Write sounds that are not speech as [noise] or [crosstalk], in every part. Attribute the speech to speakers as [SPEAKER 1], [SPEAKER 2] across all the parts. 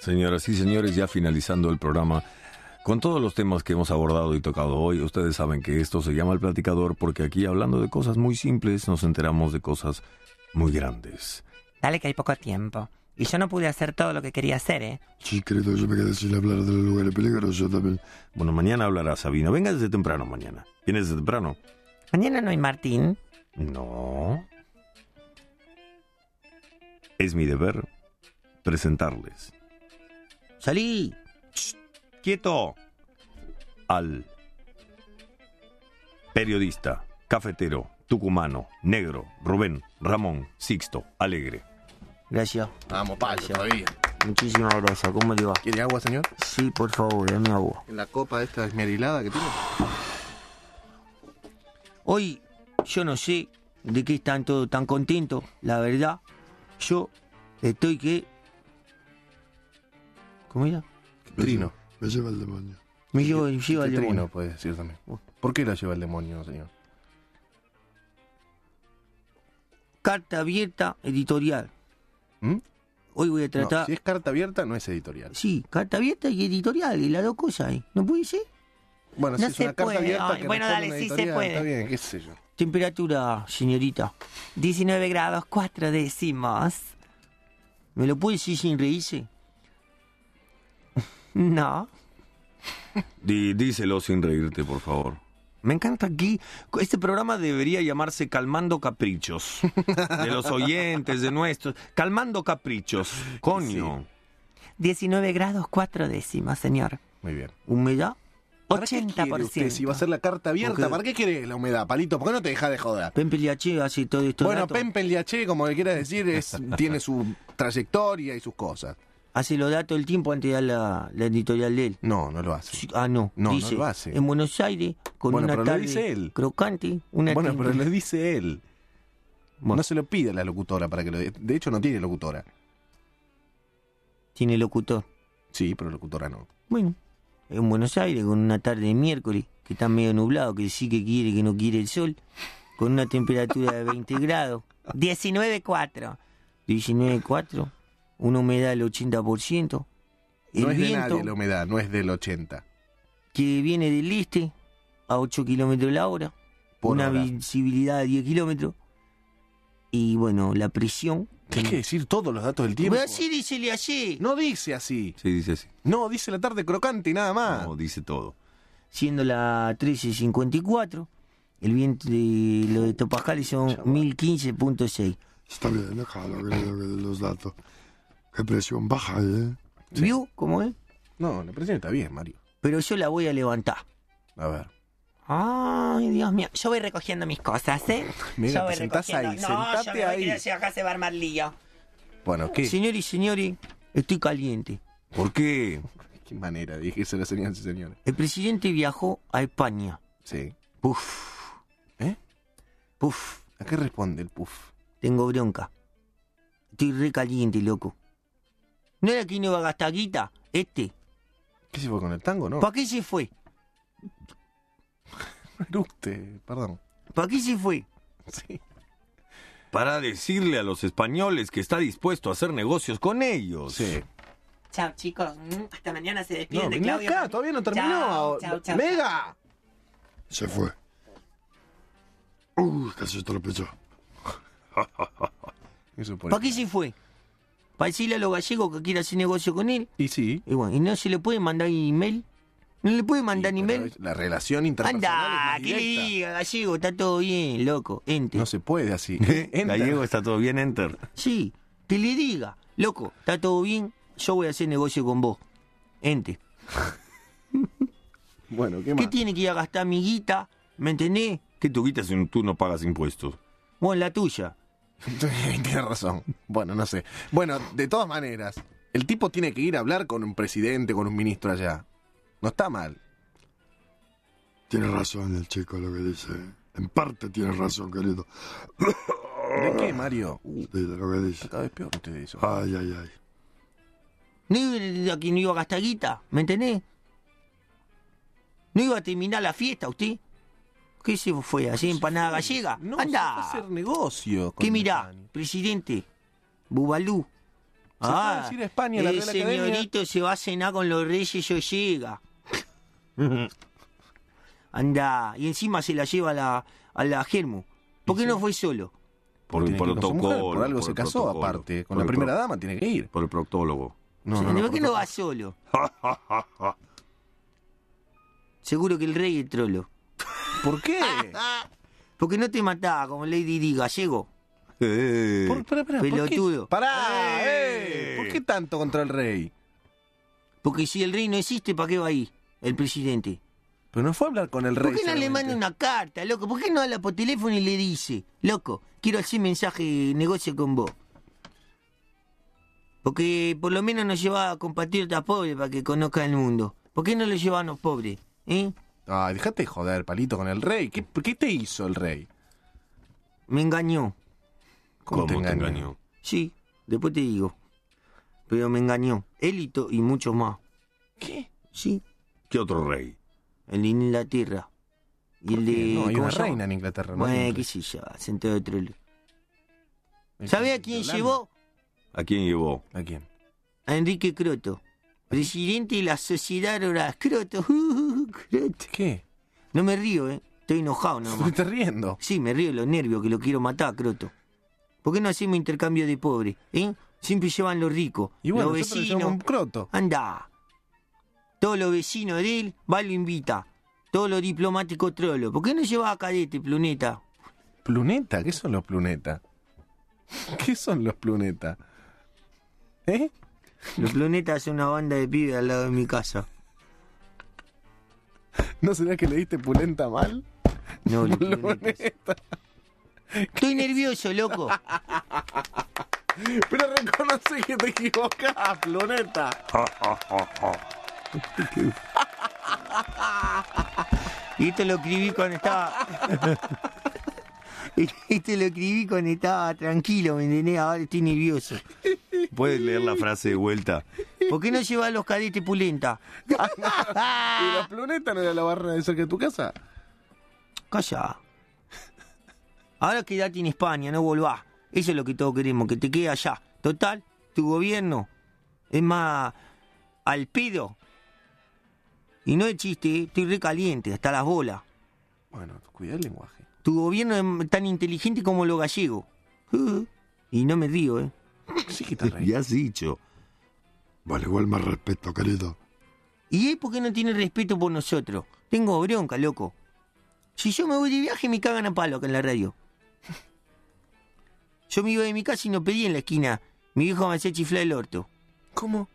[SPEAKER 1] Señoras y señores, ya finalizando el programa, con todos los temas que hemos abordado y tocado hoy, ustedes saben que esto se llama el platicador porque aquí hablando de cosas muy simples nos enteramos de cosas muy grandes.
[SPEAKER 2] Dale que hay poco tiempo. Y yo no pude hacer todo lo que quería hacer, ¿eh?
[SPEAKER 3] Sí, querido, yo me quedé sin hablar de los lugares peligrosos también.
[SPEAKER 1] Bueno, mañana hablará Sabino. Venga desde temprano mañana. ¿Vienes desde temprano?
[SPEAKER 2] Mañana no hay Martín.
[SPEAKER 1] No. Es mi deber presentarles. ¡Salí! Shh, ¡Quieto! Al periodista, cafetero, tucumano, negro, Rubén, Ramón, Sixto, Alegre.
[SPEAKER 4] Gracias.
[SPEAKER 5] Vamos, Pacho,
[SPEAKER 4] Gracias.
[SPEAKER 5] todavía.
[SPEAKER 4] Muchísimas gracias. ¿Cómo le va?
[SPEAKER 5] ¿Quiere agua, señor?
[SPEAKER 4] Sí, por favor, dame agua.
[SPEAKER 5] En la copa esta esmerilada que tiene.
[SPEAKER 4] Hoy yo no sé de qué están todos tan contentos, la verdad. Yo estoy que... ¿Cómo era?
[SPEAKER 5] Trino.
[SPEAKER 3] Me lleva el demonio.
[SPEAKER 4] Me llevo, me llevo al
[SPEAKER 5] Trino,
[SPEAKER 4] demonio.
[SPEAKER 5] puede decir también. ¿Por qué la lleva el demonio, señor?
[SPEAKER 4] Carta abierta editorial.
[SPEAKER 5] ¿Mm?
[SPEAKER 4] Hoy voy a
[SPEAKER 5] No,
[SPEAKER 4] tratar...
[SPEAKER 5] si es carta abierta, no es editorial.
[SPEAKER 4] Sí, carta abierta y editorial, y las dos cosas ahí. ¿No puede ser?
[SPEAKER 5] Bueno,
[SPEAKER 2] No
[SPEAKER 5] si es
[SPEAKER 2] se
[SPEAKER 5] una carta
[SPEAKER 2] puede,
[SPEAKER 5] abierta
[SPEAKER 2] ay,
[SPEAKER 5] que
[SPEAKER 2] bueno, dale,
[SPEAKER 5] responde una
[SPEAKER 2] sí se
[SPEAKER 5] editorial,
[SPEAKER 2] puede.
[SPEAKER 5] Está bien, qué sé yo.
[SPEAKER 4] Temperatura, señorita.
[SPEAKER 2] 19 grados 4 décimos.
[SPEAKER 4] ¿Me lo puede decir sin reírse? [laughs]
[SPEAKER 2] No.
[SPEAKER 1] Di- díselo sin reírte, por favor. Me encanta aquí. Este programa debería llamarse Calmando Caprichos. De los oyentes, de nuestros. Calmando Caprichos. Coño.
[SPEAKER 2] 19 grados 4 décimos, señor.
[SPEAKER 5] Muy bien.
[SPEAKER 4] ¿Humedad?
[SPEAKER 5] ¿Para qué quiere usted
[SPEAKER 2] 80%.
[SPEAKER 5] Si va a ser la carta abierta,
[SPEAKER 4] Porque-
[SPEAKER 5] ¿para qué quiere la humedad, palito? ¿Por qué no te deja de joder?
[SPEAKER 4] Pempe Liache hace todo esto.
[SPEAKER 5] Bueno,
[SPEAKER 4] datos.
[SPEAKER 5] Pempe Liaché, como le quieras
[SPEAKER 2] [laughs]
[SPEAKER 5] decir, es- tiene su trayectoria y sus cosas.
[SPEAKER 4] Hace los datos el tiempo antes de dar la, la editorial de él.
[SPEAKER 5] No, no lo hace.
[SPEAKER 4] Sí, Ah, no.
[SPEAKER 5] No, no
[SPEAKER 4] dice,
[SPEAKER 5] lo hace.
[SPEAKER 4] En Buenos Aires, con
[SPEAKER 5] Bueno,
[SPEAKER 4] una
[SPEAKER 5] pero lo
[SPEAKER 4] tarde
[SPEAKER 5] dice él.
[SPEAKER 4] crocante, una
[SPEAKER 5] Bueno,
[SPEAKER 4] tinta-
[SPEAKER 5] pero lo dice él.
[SPEAKER 4] Bueno.
[SPEAKER 5] No se lo pide a la locutora para que lo... De de hecho, no tiene locutora.
[SPEAKER 4] tiene locutor.
[SPEAKER 5] Sí, pero locutora no.
[SPEAKER 4] Bueno, en Buenos Aires, con una tarde de miércoles, que está medio nublado, que sí que quiere, que no quiere el sol, con una temperatura de 20 grados,
[SPEAKER 2] 19 4.
[SPEAKER 4] 19,4, una humedad del 80%, el
[SPEAKER 5] no es de
[SPEAKER 4] viento
[SPEAKER 5] nadie la humedad, no es del 80.
[SPEAKER 4] que viene del este a 8 kilómetros la hora,
[SPEAKER 5] Por
[SPEAKER 4] una
[SPEAKER 5] hora.
[SPEAKER 4] visibilidad de 10 kilómetros, y bueno, la presión.
[SPEAKER 5] Tienes que decir todos los datos del tiempo.
[SPEAKER 4] Pero así dísele así,
[SPEAKER 5] No dice así.
[SPEAKER 1] Sí, dice así.
[SPEAKER 5] No, dice la tarde crocante y nada más.
[SPEAKER 1] No, dice todo.
[SPEAKER 4] siendo la 13.54, el viento de los de Topajales son 1015.6.
[SPEAKER 3] Está bien, déjalo, querido, que de los datos. Qué presión baja ahí, ¿eh?
[SPEAKER 4] ¿Vio cómo es?
[SPEAKER 5] No, la presión está bien, Mario.
[SPEAKER 4] Pero yo la voy a levantar.
[SPEAKER 5] A ver.
[SPEAKER 2] Ay, Dios mío. Yo voy recogiendo Ah, mis cosas, ¿eh?
[SPEAKER 5] Mira,
[SPEAKER 2] yo voy
[SPEAKER 5] te sentás ahí,
[SPEAKER 2] recogiendo. No, yo
[SPEAKER 5] sentate
[SPEAKER 2] me voy,
[SPEAKER 5] ahí.
[SPEAKER 2] que si acá se va a armar lío.
[SPEAKER 5] Bueno, ¿qué?
[SPEAKER 4] Señores y señores, estoy caliente.
[SPEAKER 1] ¿Por qué?
[SPEAKER 5] [laughs] ¿Qué manera de dirigirse a las señoras y señores?
[SPEAKER 4] El presidente viajó a España.
[SPEAKER 5] Sí.
[SPEAKER 4] Puf,
[SPEAKER 5] ¿Eh?
[SPEAKER 4] puf,
[SPEAKER 5] ¿A qué responde el puff?
[SPEAKER 4] tengo bronca. Estoy re caliente, loco. ¿No era que no iba a gastar guita? Este.
[SPEAKER 5] ¿Qué se fue con el tango, no? [laughs]
[SPEAKER 4] ¿Para qué se fue?
[SPEAKER 5] Eructe, perdón.
[SPEAKER 4] ¿Para qué se fue?
[SPEAKER 5] Sí.
[SPEAKER 1] Para decirle a los españoles que está dispuesto a hacer negocios con ellos. [laughs]
[SPEAKER 5] Sí.
[SPEAKER 2] Chao, chicos. Mm, Hasta mañana se despiden
[SPEAKER 5] No,
[SPEAKER 2] de
[SPEAKER 5] vení
[SPEAKER 2] Claudio.
[SPEAKER 5] acá, todavía no terminó.
[SPEAKER 2] Chao, chao, chao.
[SPEAKER 5] ¡Mega!
[SPEAKER 3] Se fue. Uy, casi tropezó.
[SPEAKER 5] Eso por
[SPEAKER 4] ¿Para qué se fue? ¿Para decirle a los gallegos que quiera hacer negocio con él?
[SPEAKER 5] Y sí.
[SPEAKER 4] Y bueno, ¿y no se le puede mandar email? ¿No le puede mandar
[SPEAKER 5] Y, pero
[SPEAKER 4] email?
[SPEAKER 5] La relación interpersonal
[SPEAKER 4] Anda,
[SPEAKER 5] es
[SPEAKER 4] que
[SPEAKER 5] más
[SPEAKER 4] le
[SPEAKER 5] directa.
[SPEAKER 4] diga, gallego, está todo bien, loco, ente.
[SPEAKER 5] No se
[SPEAKER 4] [laughs]
[SPEAKER 5] puede así. ¿Eh? Entra.
[SPEAKER 1] Gallego está todo bien, enter.
[SPEAKER 4] Sí, que le diga, loco, está todo bien, yo voy a hacer negocio con vos, ente.
[SPEAKER 5] Bueno, ¿qué más?
[SPEAKER 4] ¿Qué tiene que ir a gastar mi guita? ¿Me entendés?
[SPEAKER 1] Que tú quitas si tú no pagas impuestos.
[SPEAKER 4] Bueno, la tuya.
[SPEAKER 5] [laughs] Tienes razón. Bueno, no sé. Bueno, de todas maneras, el tipo tiene que ir a hablar con un presidente, con un ministro allá. No está mal.
[SPEAKER 3] Tiene razón el chico lo que dice. En parte tiene razón, querido.
[SPEAKER 5] ¿De qué, Mario? Uh,
[SPEAKER 3] Sí, de lo que dice.
[SPEAKER 5] cada vez peor usted eso.
[SPEAKER 3] Ay, ay, ay.
[SPEAKER 4] ¿No iba a que no iba a gastar guita? ¿Me entendés? ¿No iba a terminar la fiesta usted? ¿Qué se fue? ¿Así empanada gallega?
[SPEAKER 5] No, se
[SPEAKER 4] Anda.
[SPEAKER 5] fue a hacer negocio. con
[SPEAKER 4] ¿Qué mirá,
[SPEAKER 5] Dani.
[SPEAKER 4] presidente? Bubalú. Ah,
[SPEAKER 5] Se puede decir España en la
[SPEAKER 4] el
[SPEAKER 5] Real Academia.
[SPEAKER 4] señorito se va a cenar con los reyes y yo llega.
[SPEAKER 5] [laughs]
[SPEAKER 4] Anda, y encima se la lleva a la, a la Germu. ¿Por qué no fue solo?
[SPEAKER 1] Por el
[SPEAKER 5] Tiene que ir con su
[SPEAKER 1] protocolo.
[SPEAKER 5] mujer, por algo
[SPEAKER 1] por
[SPEAKER 5] se
[SPEAKER 1] el
[SPEAKER 5] casó,
[SPEAKER 1] protocolo,
[SPEAKER 5] aparte. Con
[SPEAKER 1] por
[SPEAKER 5] la
[SPEAKER 1] el
[SPEAKER 5] primera
[SPEAKER 1] pro-
[SPEAKER 5] dama tiene que ir.
[SPEAKER 1] Por el proctólogo.
[SPEAKER 5] No,
[SPEAKER 4] O sea,
[SPEAKER 5] no, no,
[SPEAKER 4] ¿Por qué no
[SPEAKER 5] protocolo.
[SPEAKER 4] va solo?
[SPEAKER 5] [laughs]
[SPEAKER 4] Seguro que el rey es trolo.
[SPEAKER 5] ¿Por qué?
[SPEAKER 4] Ah, Porque no te mataba como Lady Di Gallego.
[SPEAKER 1] Eh.
[SPEAKER 5] ¿Por, pará, pará, ¿por qué?
[SPEAKER 4] Pelotudo.
[SPEAKER 5] Pará,
[SPEAKER 1] Eh.
[SPEAKER 5] eh, ¿Por qué tanto contra el rey?
[SPEAKER 4] Porque si el rey no existe, ¿para qué va ahí el presidente?
[SPEAKER 5] Pero no fue a hablar con el rey.
[SPEAKER 4] ¿Por qué no le
[SPEAKER 5] solamente.
[SPEAKER 4] manda una carta, loco? ¿Por qué no habla por teléfono y le dice, loco, quiero hacer mensaje, negocio con vos? Porque por lo menos nos lleva a compatriotas pobres para que conozcan el mundo. ¿Por qué no lo lleva a los pobres? ¿Eh?
[SPEAKER 5] Ay, dejate de joder, palito, con el rey. ¿Qué, qué te hizo el rey?
[SPEAKER 4] Me engañó.
[SPEAKER 1] ¿Cómo te engañó?
[SPEAKER 4] Sí, después te digo. Pero me engañó. Él y, to- y muchos más.
[SPEAKER 5] ¿Qué?
[SPEAKER 4] Sí,
[SPEAKER 1] ¿Qué otro rey?
[SPEAKER 4] el de Inglaterra. Y el de...
[SPEAKER 5] no, hay
[SPEAKER 4] Eh, ¿cómo
[SPEAKER 5] una
[SPEAKER 4] se llama?
[SPEAKER 5] reina en Inglaterra. ¿no?
[SPEAKER 4] Bueno, qué sé yo, sentó de trolo.
[SPEAKER 5] El-
[SPEAKER 4] ¿Sabés a quién
[SPEAKER 5] Holanda.
[SPEAKER 4] llevó?
[SPEAKER 1] ¿A quién llevó?
[SPEAKER 5] ¿A quién?
[SPEAKER 4] a Enrique Croto, presidente de la Sociedad Rural. Croto, uh, Croto.
[SPEAKER 5] ¿Qué?
[SPEAKER 4] No me río, ¿eh? Estoy enojado
[SPEAKER 5] Te
[SPEAKER 4] nomás.
[SPEAKER 5] estás riendo.
[SPEAKER 4] Sí, me río de los nervios que lo quiero matar, Croto. ¿Por qué no hacemos intercambio de pobres? ¿Eh? Siempre llevan los ricos,
[SPEAKER 5] Y bueno,
[SPEAKER 4] los
[SPEAKER 5] nosotros le llevamos
[SPEAKER 4] vecinos.
[SPEAKER 5] un croto.
[SPEAKER 4] Anda. Todos los vecinos de él, va y lo invita. Todos los diplomáticos trolos. ¿Por qué no llevas a cadete, pluneta?
[SPEAKER 5] ¿Pluneta? ¿Qué son los pluneta? [laughs] ¿Qué son los pluneta? ¿Eh?
[SPEAKER 4] Los plunetas son una banda de pibes al lado de mi casa.
[SPEAKER 5] ¿No será que le diste pulenta mal?
[SPEAKER 4] No,
[SPEAKER 5] [laughs]
[SPEAKER 4] los plunetas. Estoy nervioso, loco.
[SPEAKER 5] Pero reconoce que te equivocas, pluneta.
[SPEAKER 4] Y esto lo escribí cuando [laughs] estaba. Esto lo escribí cuando estaba tranquilo, ¿me entendés? Ahora estoy nervioso.
[SPEAKER 1] ¿Puedes leer la frase de vuelta?
[SPEAKER 4] ¿Por qué no llevas los cadetes [laughs] pulenta?
[SPEAKER 5] ¿Y
[SPEAKER 4] Ah.
[SPEAKER 5] la pluneta no era la barra de cerca de tu casa?
[SPEAKER 4] Calla. Ahora quedate en España, no volvás. Eso es lo que todos queremos, que te quede allá. Total, tu gobierno es más al pedo. Y no es chiste, ¿eh? estoy recaliente, hasta las bolas.
[SPEAKER 5] Bueno, cuidá el lenguaje.
[SPEAKER 4] Tu gobierno es tan inteligente como lo gallego. [laughs] Y no me río, ¿eh?
[SPEAKER 5] Sí que te
[SPEAKER 1] [laughs]
[SPEAKER 4] [laughs]
[SPEAKER 5] reí.
[SPEAKER 1] Ya has dicho.
[SPEAKER 3] Vale, igual más respeto, querido.
[SPEAKER 4] ¿Y él por qué no tiene respeto por nosotros? Tengo bronca, loco. Si yo me voy de viaje, me cagan a palo acá en la radio. [laughs] Yo me iba de mi casa y no pedí en la esquina. Mi viejo me hacía chiflar el orto.
[SPEAKER 5] ¿Cómo?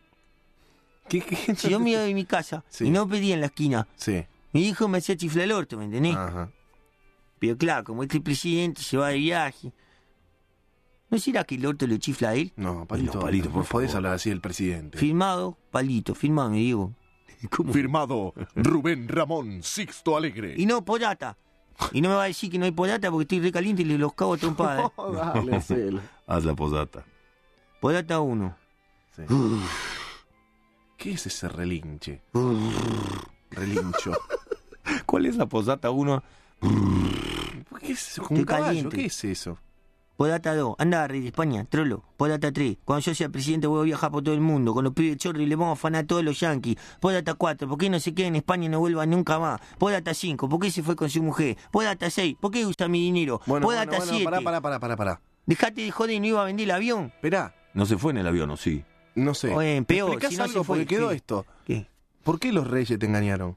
[SPEAKER 5] ¿Qué, qué?
[SPEAKER 4] Si yo me iba de mi casa
[SPEAKER 5] Sí.
[SPEAKER 4] y no pedí en la esquina,
[SPEAKER 5] Sí.
[SPEAKER 4] mi viejo me hacía chiflar el orto, ¿me entendés?
[SPEAKER 5] Ajá.
[SPEAKER 4] Pero claro, como este presidente se va de viaje. ¿No será que el orto lo chifla a él?
[SPEAKER 5] No, palito.
[SPEAKER 1] No, Palito, por
[SPEAKER 5] no podés
[SPEAKER 1] favor.
[SPEAKER 5] hablar así del presidente.
[SPEAKER 4] Firmado, palito, firmame, digo.
[SPEAKER 5] Firmado Rubén Ramón Sixto Alegre.
[SPEAKER 4] Y no polata. Y no me va a decir que no hay polata porque estoy recaliente y le los cago a trompadas.
[SPEAKER 5] [laughs] No, dale, hacelo.
[SPEAKER 1] Haz la posata.
[SPEAKER 4] Polata 1.
[SPEAKER 5] Sí. ¿Qué es ese relinche? Relincho.
[SPEAKER 1] ¿Cuál es la posata uno?
[SPEAKER 5] ¿Por ¿Qué es eso? ¿Como un
[SPEAKER 4] Estoy
[SPEAKER 5] caballo?
[SPEAKER 4] caliente.
[SPEAKER 5] ¿Qué es eso?
[SPEAKER 4] Podata 2, anda a Rey de España, trolo. Podata 3, cuando yo sea presidente voy a viajar por todo el mundo, con los pibes chorros y le vamos a afanar a todos los yanquis. Podata 4, ¿por qué no se queda en España y no vuelva nunca más? Podata 5, ¿por qué se fue con su mujer? Podata 6, ¿por qué usa mi dinero? Podata 7,
[SPEAKER 5] pará, pará, pará, pará, pará.
[SPEAKER 4] dejate de joder y no iba a vender el avión.
[SPEAKER 5] Esperá,
[SPEAKER 1] No se fue en el avión, ¿o sí?
[SPEAKER 5] no sé.
[SPEAKER 4] Oye,
[SPEAKER 5] ¿Me
[SPEAKER 4] peor,
[SPEAKER 5] explicás
[SPEAKER 4] si no se
[SPEAKER 5] algo?
[SPEAKER 4] fue,
[SPEAKER 5] Porque quedó
[SPEAKER 4] sí.
[SPEAKER 5] esto.
[SPEAKER 4] ¿Qué?
[SPEAKER 5] ¿Por qué los reyes te engañaron?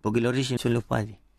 [SPEAKER 4] Porque los reyes son los padres.